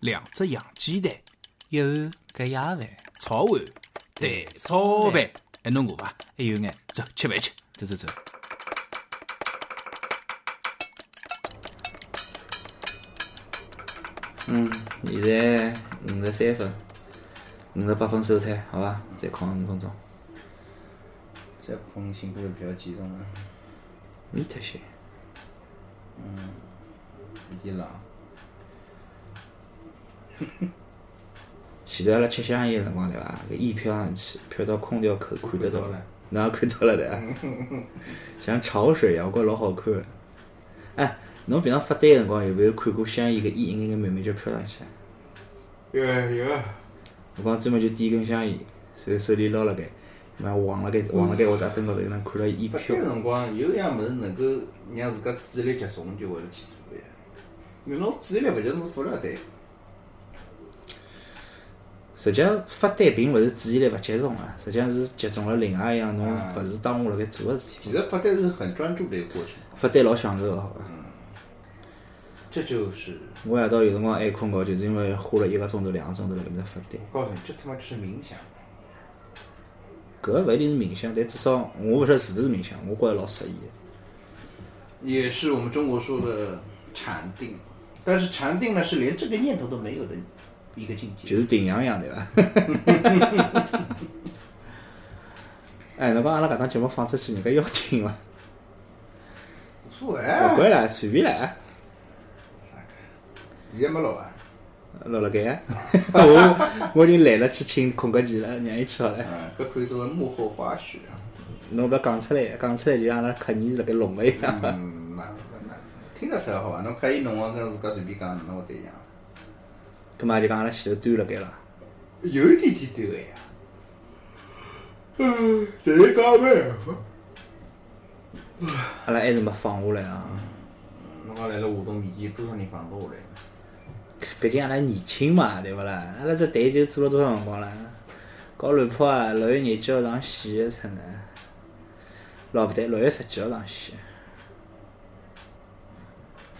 两只洋鸡蛋，一碗隔夜饭，炒碗蛋炒饭。哎还侬饿伐？还有眼，走，吃饭去。走走走。嗯，现在五十三分，五十八分收摊，好伐？再空五分钟，这空心会比较集中了，没特些。伊朗。前头阿拉吃香烟个辰光对伐？搿烟飘上去，飘到空调口看得到嗯了，哪看到了对 伐？像潮水一样，我觉着老好看个。哎，侬平常发呆个辰光有没有看过香烟搿烟一眼眼慢慢就飘上去啊？有有。我讲专门就点一根香烟，手手里捞辣盖，嘛晃辣盖晃辣盖我盏灯高头，能看到伊不飘开。辰光，有一样物事能够让自家注意力集中，就会得去做呀。因为侬注意力勿集中是勿了对。实际上发呆并勿是注意力勿集中啊，实际上是集中了另外一样侬啊勿是当下辣盖做个事体。其实发呆是很专注的一个过程，发呆老享受个，好伐？这就是我夜到有辰光爱困觉，就是因为花了一个钟头、两个钟头辣搿面搭发呆。告诉你，这他妈就是冥想。搿个勿一定是冥想，但至少我勿晓得是勿是冥想，我觉着老适意个。也是我们中国说的禅定，但是禅定呢是连这个念头都没有的一个境就界。是顶洋洋对伐？ 哎，侬讲阿拉搿档节目放出去，人家要听伐？无所谓，勿管啦，随便啦，现在没老啊。辣辣盖 啊。我我已经懒了去请空格期了，让伊去好了。嗯，搿可以作为幕后花絮啊。侬勿要讲出来，讲出来就像阿拉客人辣盖聋了一样。嗯，那那听得出来好伐？侬可以弄啊我跟自家随便讲，侬会得一样。搿啊么就讲阿拉前头端辣盖了。有一点点对个呀。嗯，但是讲没办法。阿拉还是没放下来啊，侬讲来了华东面前，多少人放得下来？毕竟阿拉年轻嘛，对勿啦？阿拉这队就做了多少辰光了？搞乱跑啊，六月廿几号上线的出呢？老勿对，六月十几号上线。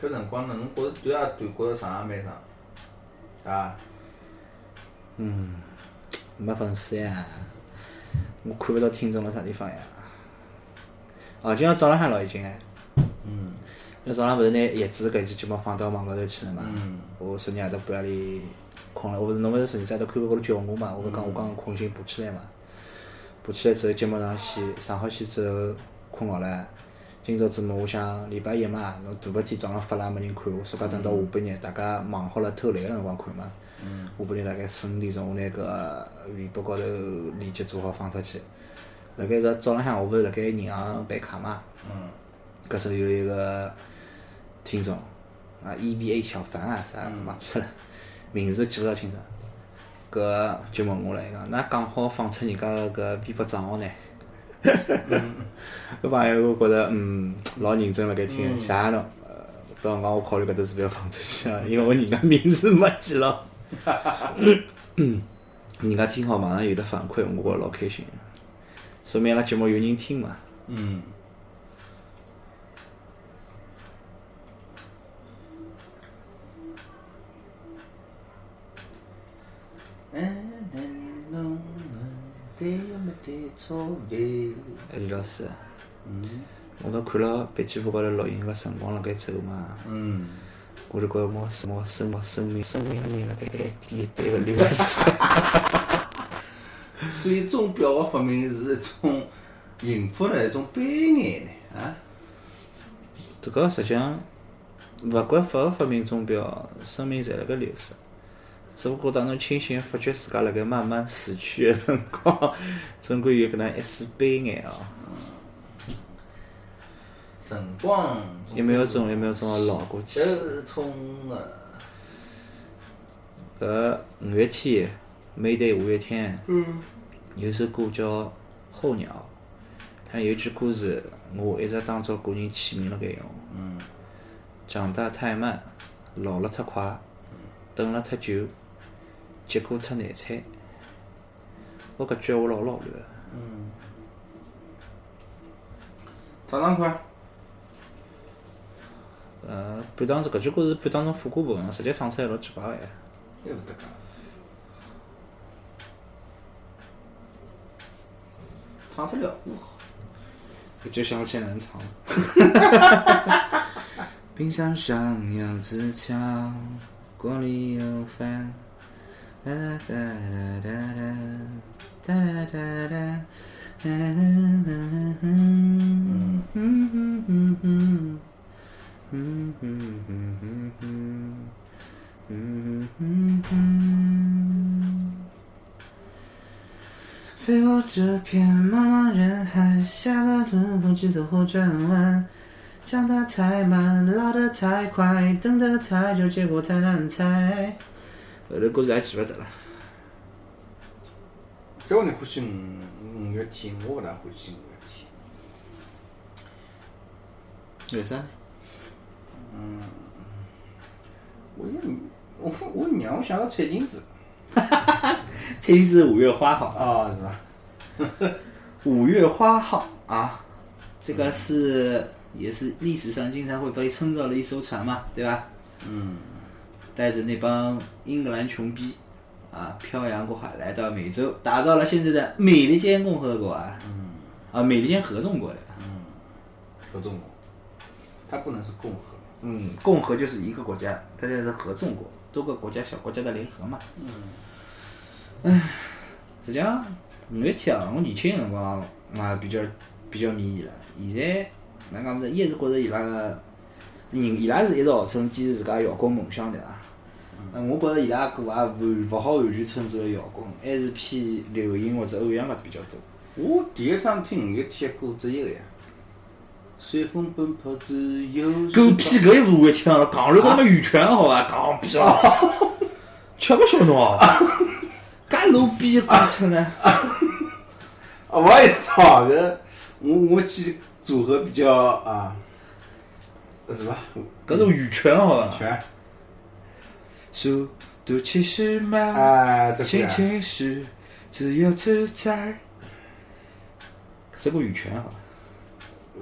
搿辰光呢，侬觉着短也短，觉着长也蛮长，是伐？没粉丝呀，我看勿到听众辣啥地方呀。哦，今朝早浪向了已经哎。嗯。那早浪勿是拿叶子搿期节目放到网高头去了嘛？嗯。我昨日夜到半夜里困了，我勿是侬勿是昨日夜到看到高头叫我嘛？我勿讲我刚刚困醒爬起来嘛，爬起来之后节目上线上好线之后困觉了。今朝子嘛，我想礼拜一嘛，侬大白天早浪发了也没人看，我说介等到下半日大家忙好了偷懒个辰光看嘛。下半日大概四五点钟，我拿搿微博高头链接做好放出去。辣盖搿早浪向，我勿是辣盖银行办卡嘛。嗯。搿时候有一个听众啊，EVA 小凡啊，啥忘记了，名字记勿大清楚。搿就问我了，伊讲，㑚讲好放出人家个搿微博账号呢？搿朋友我觉着嗯老认真辣盖听，谢谢侬。呃到辰光我考虑搿只是勿要放出去啊，因为我人家名字没记牢。人家听好马上有得反馈，我觉着老开心，说明阿拉节目有人听嘛。嗯。李老师，我勿看了笔记簿高头录音个辰光辣盖走嘛，嗯，我就觉着我生我生我生命生命力辣盖一点一点个流失。所以钟表个发明是一种幸福呢，一种悲哀呢，啊，这个实际上，勿管发勿发明钟表，生命侪辣盖流逝。只不过当侬清醒地发觉自家辣盖慢慢死去个辰 光，总归有搿能一丝悲哀哦。辰光一秒钟一秒钟个老过去。是冲啊，搿五月天，Mayday 五月天，有一首歌叫《候鸟》，像有一句歌词，我一直当作个人起名辣盖用。长大太慢，老了太快，等了太久，结果太难猜。我搿句话老老乱的，涨涨快，呃，半当时搿句歌是半当中副歌部分，直接唱出来老奇怪个呀。对不对？尝试了不好，我就想不起来能唱。冰箱上有纸条，锅里有饭，哒哒哒哒哒哒哒哒哒。飞过这片茫茫人海，下个轮回只走后转弯。长得太慢，老得太快，等得太久，结果太难猜。后头歌词还记不得了，只要你欢喜五五月天，我勿大欢喜五月天。为 啥呢？我也我父我娘，我想到蔡琴子这一是五月花好，啊，是吧？五月花号啊，这个是也是历史上经常会被称作的一艘船嘛，对吧？嗯，带着那帮英格兰穷逼啊，漂洋过海来到美洲，打造了现在的美利坚共和国啊，啊，美利坚合众国的，啊合众国，它不能是共和。嗯，共和就是一个国家，它现在是合众国，多个国家小国家的联合嘛。嗯。唉，实际上五月天啊，我年轻的辰光嘛比较比较迷伊拉，现在哪能讲呢？一是觉着伊拉个，伊伊拉是一直号称坚持自家摇滚梦想的啊。嗯，我觉着伊拉歌也完勿好完全称之为摇滚，还是偏流行或者欧阳个比较多。我第一趟听五月天的歌只有一个呀，随风奔跑，自由是吧。狗屁，搿又是五月天了，戆了跟他妈羽泉好伐？戆逼啊！吃不消侬哦，介 low 逼的歌曲呢？啊，我也操搿，我我去组合比较啊，是吧？搿是羽泉好伐？全速度七十迈，啊，这心个呀情是自由自在。搿首歌羽泉好伐？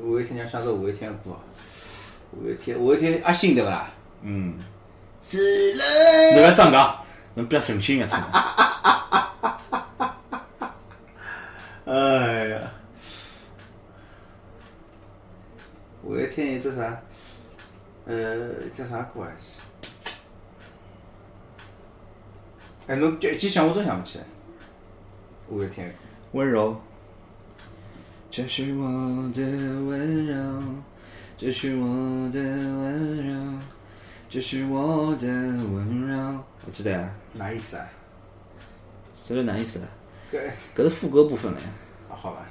五月天讲想到五月天的歌，五月天，五月天阿信对伐？嗯，死了。侬勿要装戆，侬比较诚啊心个唱讲。哎呀，五月天有只啥？呃，叫啥歌啊？哎，侬就一记想，我真想不起来。五月天的歌，温柔。这是我的温柔，这是我的温柔，这是我的温柔。我记得啊，哪意思啊？ 这是哪意思啊？搿搿是副歌部分了呀。啊好吧，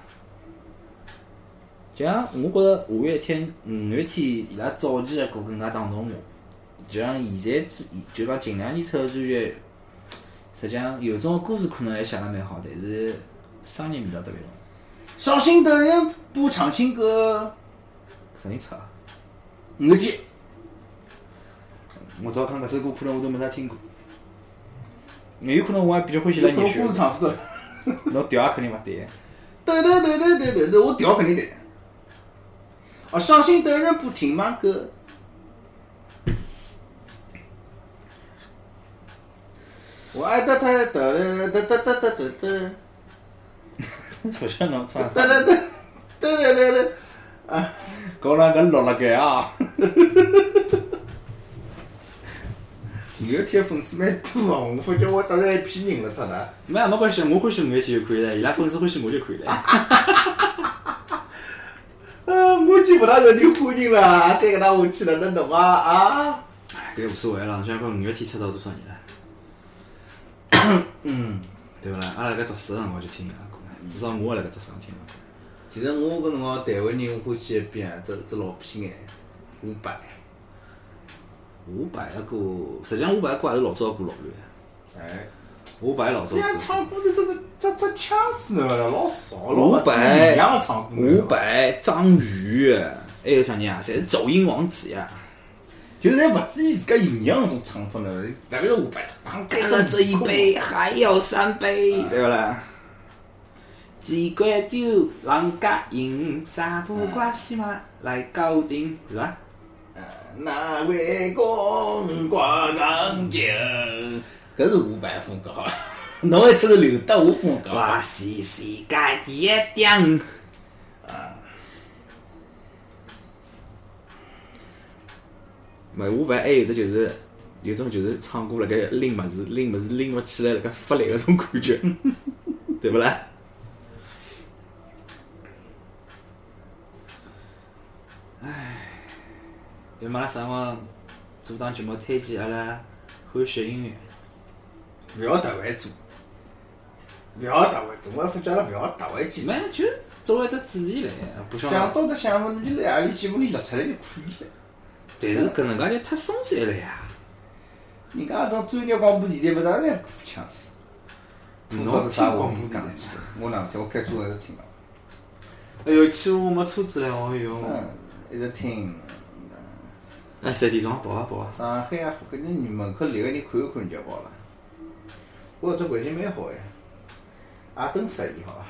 就像我觉着五月天、五月天伊拉早期的歌更加打动我，就像现在之就讲近两年出的专辑，实际上有种歌词可能还写得蛮好，但是商业味道特别浓。伤心的人不唱情歌。啥人出啊？五月天，我早讲搿首歌可能我都没啥听过，也有可能我也比较欢喜有来可能热歌血词，唱错了。侬调也肯定勿对。对对对对对对对，我调肯定对。啊，伤心的人不听慢歌。我爱的他哒哒哒哒哒哒哒哒勿晓得侬唱，哒哒哒哒哒哒。高浪搿落了盖啊！五月天粉丝蛮多啊，我发觉我得罪一批人了，真的。没没关系，我欢喜五月天就可以了，伊拉粉丝欢喜我就可以了。啊，我就不大受你欢迎了，再搿能下去了，那侬啊啊！搿哎无所谓了，想讲五月天出道多少年了？ 嗯，对勿啦？阿拉辣盖读书个辰光就听伊拉歌，至少我也辣盖读书上听伊拉歌。其实我搿辰光台湾人，我欢喜一边，这这老屁眼，五百。伍佰个歌，实际上伍佰个歌也是老早个歌老乱的，哎。伍佰老早人个家歌。啊唱歌的这个这这腔死侬了，老少伍老佰一样的唱歌，伍佰、张宇，还有啥人啊？侪是走音王子啊呀！就是侪勿注意自家形象搿种唱法呢，特别是伍佰唱干歌了这一杯，还有三杯，啊对不啦？几罐酒，人家饮，啥不关系嘛，来搞定，是吧？那位光挂钢琴，搿是我办风格好 伐？侬一直是留得我风格我是世界第一顶。啊没，我反而还有的就是有种就是唱歌辣盖拎物事，拎物事拎勿起来，辣盖发力搿种感觉， 对勿啦？唉，有没啦？啥辰光做档节目推荐阿拉欢喜音乐？勿要特会做，勿要特会做，我要发觉阿拉勿要特会去做。没，就作为一只主题来，不像。想到的想法，侬就来阿里节目里录出来就可以了。但是搿能介就太松散了呀。人家搿种专业广播电台，勿是也来付腔水？嗯侬吐槽的啥听话广没播讲电台去？我哪天我开车还是听了，哎呦，去我没车子了，哦哟。嗯，一直听。哎，三点钟跑啊跑啊！上海啊，搿人门口立个人看一看你就跑了。我这环境蛮好哎，阿登适宜好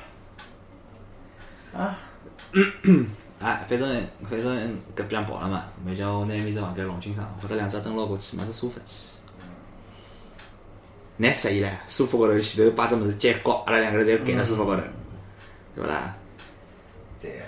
伐？啊，哎，反正反正搿边跑了嘛，没叫我拿面只房间弄清爽，或者两只灯捞过去，买只沙发去。难适意唻，沙发高头前头摆只物事尖角，阿拉两个人侪盖辣沙发高头，对勿啦？对。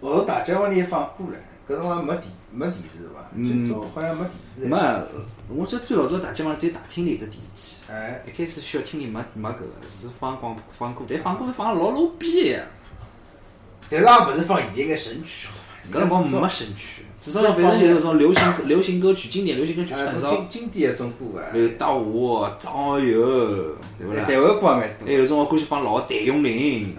老头大街往里放歌了，搿辰光没电没电视伐？最早好像没电视。嗯没。，我记得最老早大街上只有大厅里头电视机，哎，一开始小厅里没没搿个，是放广放歌，但放歌放得老 low 逼个呀，但是也勿是放现在个神曲哎好伐？搿辰光没神。神曲，至少反正就是种流行流行歌曲、经典流行歌曲哎，串是烧。经经典一种歌啊。哎刘德华、张学友，对哎勿啦？台湾歌也蛮多还。有种我欢喜放老谭咏麟，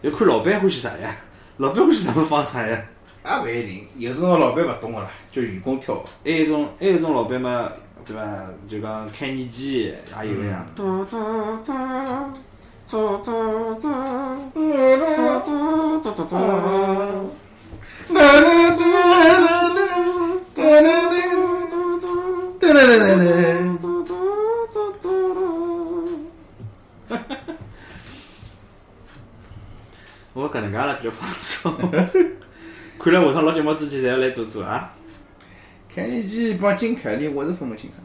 要看老板欢喜啥呀？老板欢喜啥么放啥呀？也勿一定，有辰光老板勿懂个啦，叫员工挑。还有一种，还有一种老板嘛，对伐？就讲开年机也有个呀。嗯我搿能介了比较放松。 看来下趟录节目之前，侪要来做做啊！凯利基帮金凯利，我是分不清爽。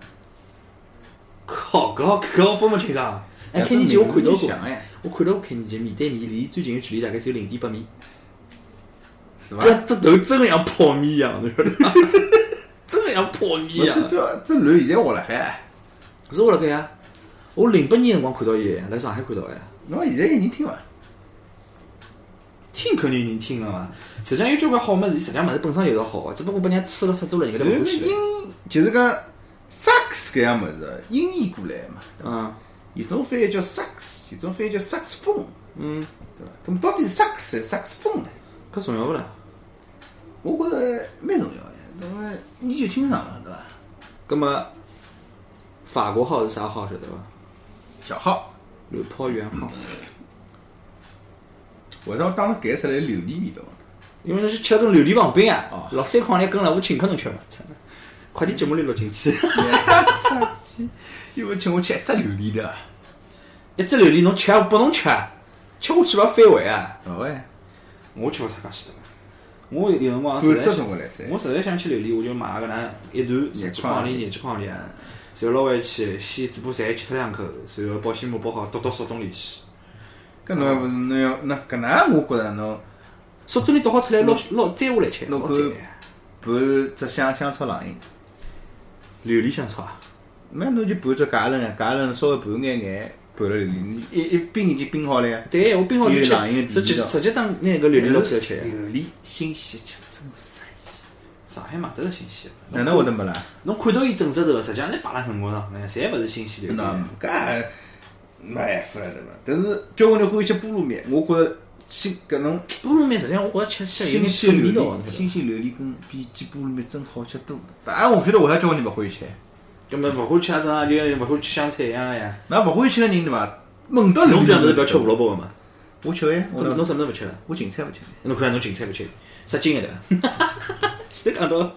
靠，搿个搿个分勿清爽。哎，开年机我看到过，想哎，我看到过开年机，面对面离最近的距离大概只有零点八米。是伐？搿只头真个像泡面一样，侬晓得伐？ 真个像泡面一我样这。这这卵现在活辣海，是我辣盖呀，我零八年辰光看到伊，来上海看到哎个呀。侬现在有人听伐？听肯定有人听个嘛，实际上有交关好物事，实际上物事本身就是好啊个，只不过被人家吃了太多了，人家就就那不欢喜了。英，就是讲 sax 搿样物事，音译过来嘛。嗯有种翻译叫 sax，有种翻译叫 sax 风，嗯，对伐？那么到底 sax 还是 sax 风呢？搿重要勿啦？我觉着蛮重要的，那么你就清爽嘛，对伐？葛末法国号是啥号晓得伐？小号，有泡圆号，为啥我当时改出来榴莲味道？因为侬去吃根榴莲棒冰啊哦，老三块两根了，我请客侬吃伐？操！快点节目里录进 去，傻逼！又勿请我吃一只榴莲的，一只榴莲侬吃，我拨侬吃，吃下去勿要反胃啊！哦哎，我吃勿出介许多。我有辰光实半在只想总归来塞。我实在想吃榴莲，我就买搿能一段十几块钿、廿几块钿啊，然后捞回去，先嘴巴馋吃脱两口，然后保鲜膜包好，丢到速冻里去。搿侬勿是侬要那搿能，我觉着侬速冻里倒好出来，捞捞摘下来吃，弄老个赞啊！拌只香香草冷饮，榴莲香草啊，那侬就拌只芥辣啊，芥辣稍微拌眼眼，拌了榴莲，一一冰已经冰好了呀。对，我冰好就有冷饮吃，的直味接道直接当拿搿榴莲捞出来吃。榴莲新鲜吃真适上海买得是新鲜的，哪能会得没啦？侬看到伊整只头，实际上侪摆辣辰光上，呢，侪勿是新鲜榴莲。搿也没办法了对伐？但是交关人欢喜吃菠萝蜜，我觉着新搿侬菠萝蜜实际上我觉着吃吃有新眼臭鲜味榴道啊莲，的，哦新鲜榴莲跟比鸡菠萝蜜真好吃多了。但我勿晓得为啥交关人勿欢喜吃，搿么勿欢喜也正常，就勿欢喜香菜一样呀。嗯那勿欢喜吃个人对伐？闻到榴侬莲平常勿是勿要吃胡萝卜个嘛？我吃个呀，我搿侬啥物事勿吃了？我芹菜勿吃的。侬看侬芹菜勿吃，杀精个 对伐？前头讲到，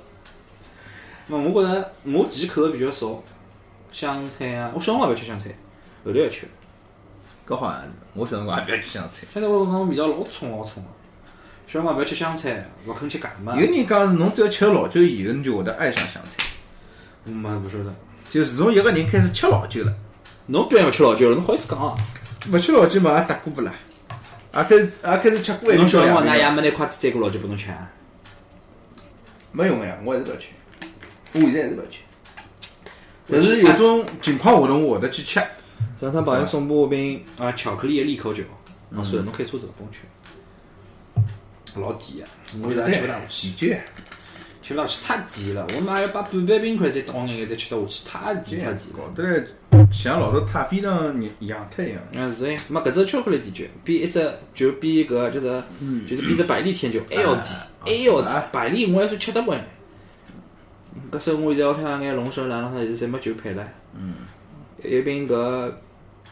那我觉着我其实口味比较少，香菜啊，我小辰光勿吃香菜，后头要吃。搿好像我小辰光也勿要吃香菜。现在我讲味道老冲老冲个，小辰光勿要吃香菜，勿肯吃芥末。有人讲是侬只要吃了老酒以后，侬就会得爱上香菜。没勿晓得。就自从一个人开始吃老酒了，侬居然勿吃老酒了，侬好意思讲啊？勿吃老酒嘛也打过不啦，也开始也开始吃过一侬小辰两啊光瓶㑚爷了没拿筷子摘过老酒拨侬吃啊？没用个呀，我还是勿要吃，我现在还是勿要吃。但是啊有种情况下头，我会得去吃。上趟朋友送拨我瓶啊，巧克力的利口酒。啊，算了，侬开车子勿拨我吃，老甜个，我现在吃勿大下去，喜酒，吃勿大下去太甜了。我妈要把半杯冰块再倒眼眼再吃到下去，太甜太甜了搞。得来像老早太妃糖一样太一样。嗯，是呀，嘛，搿只巧克力甜酒比一只就比搿就是就是比只百利甜酒还要甜，还要甜啊。百利我还算吃得惯呢。搿时候我现在屋里向眼龙舌兰浪向现在侪没酒配了。嗯。一瓶搿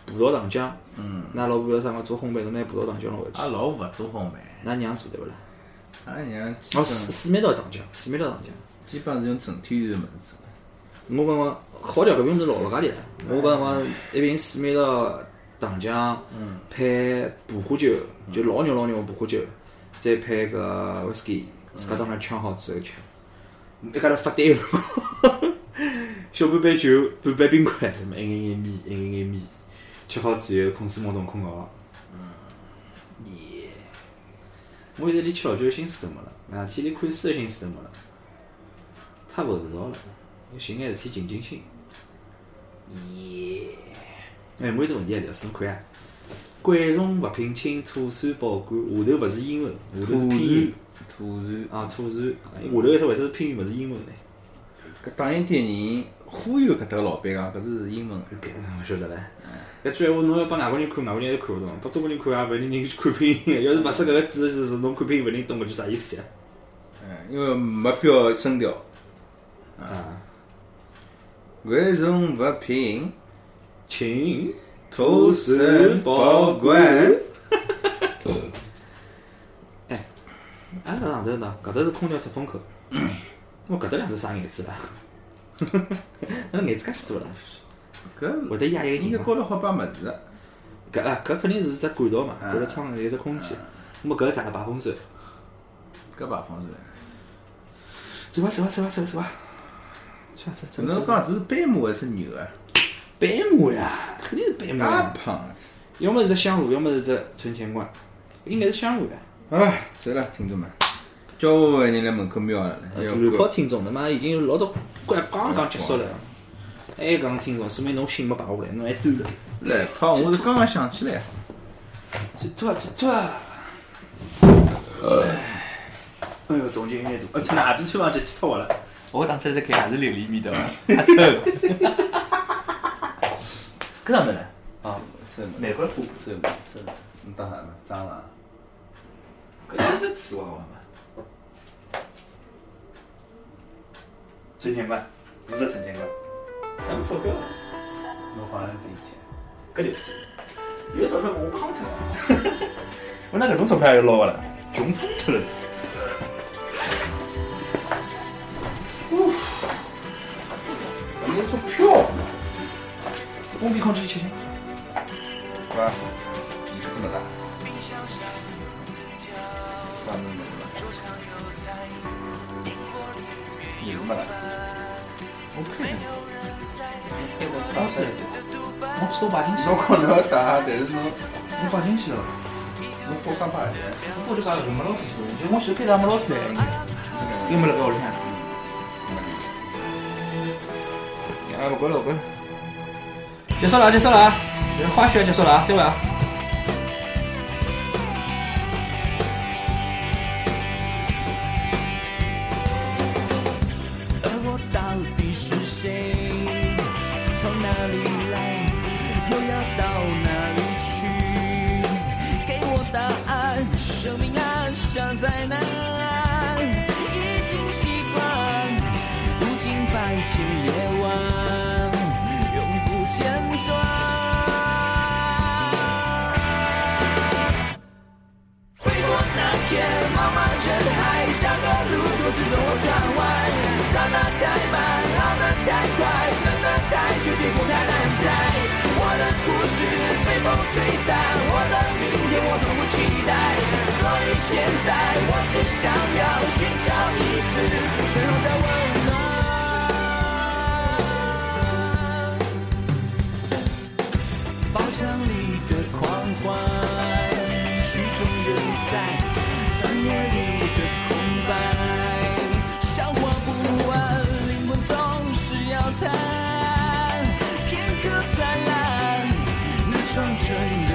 葡萄糖浆。嗯。啊㑚老婆要啥个做烘焙，侬拿葡萄糖浆弄回去阿。拉老婆勿做烘焙，㑚娘做对勿啦？阿拉娘基哦，本四四面道糖浆，四面道糖浆。基本是用整天然物事做的。我刚刚好调搿瓶物事老老家钿了。我刚刚一瓶四面道糖浆，配薄荷酒，就老牛老牛的薄荷酒，再配个 whisky，自家当然呛好之后吃，一家头发 呆了。小半杯酒，半杯冰块，那么一眼眼米，一眼眼米，吃好之后困睡梦中困觉。我现在连吃老酒的心思都没了，夜天连看书的心思都没了，太浮躁了。寻眼事体静静心。耶！哎，我有只问题啊，老师侬看啊，管仲勿聘请妥善保管，下头勿是英文，下头是拼音突然，啊，妥善，哎下头为啥为啥是拼音勿是英文呢？搿打印店人忽悠搿搭个老板讲搿是英文的，搿勿晓得唻。搿句闲话侬要帮外国人看，外国人也看勿懂；帮中国人看也勿一定人去看拼音。 要是勿识搿个字，是侬看拼音勿一定懂搿句啥意思呀？嗯，因为没标声调。啊，管仲勿聘，请妥善保管。俺搿上头呢，搿头是空调出风口，我搿搭两只啥眼 子啦？那眼子介许多啦，搿会得压一个应该人嘛。高头好摆物事个。搿啊，搿肯定是只管道嘛，管道窗有一只空气。那么搿是啥排风扇？搿摆放出来。走吧，走吧，走吧，走吧，走吧。走吧走吧侬走吧。讲这是斑马还是牛啊？白马呀，肯定是白马大呀。胖啊！要么是只香炉，要么是只存钱罐，应该是香炉呀。啊，走了，听众们，交关个人来门口瞄了嘞，呃要乱跑关听众，他妈已经老早怪刚刚结束了，还讲听众，说明侬心没摆下来，侬还端了。来靠！我是刚刚想起来，最多啊，最多啊！哎呦，动静有点大，哎，穿鞋子穿上去去脱我了。我打出来这开还是琉璃面的，还臭。搿上头呢？啊，收门蛮好。收门收门，你打啥呢？蟑螂？搿是只瓷娃娃嘛？存钱罐，是只存钱罐。还没钞票，侬放在自己吃。搿就是。有钞票我康脱了。我拿搿种钞票又捞个了，穷疯脱了。你做票封闭空间吃香。吧？你是这么大？上面没了，有没了？我看看。当时，啊我去都摆进去侬了，可能要打，但是侬我摆进去了，侬好干嘛去？我就把搿没捞出去，就我手机上没捞出来，又没辣盖屋里向。哎，不管了，不管了。结束了，结束了啊！花絮也结束了啊，再会啊！而我到底是谁？从哪里来，又要到哪里去？给我答案，生命啊，像灾难，已经习惯，不尽白天夜晚，永不间断。回国那天，茫茫人海，下个路途只容我转弯。长得太慢，老得太快，等得太久，结果太难猜。我的故事吹散我的明天，我从不期待。所以现在我只想要寻找一丝脆弱的温暖。包厢里的狂欢，曲终人散，长夜里的空白，消化不完，灵魂总是要谈，片刻灿烂，那双唇的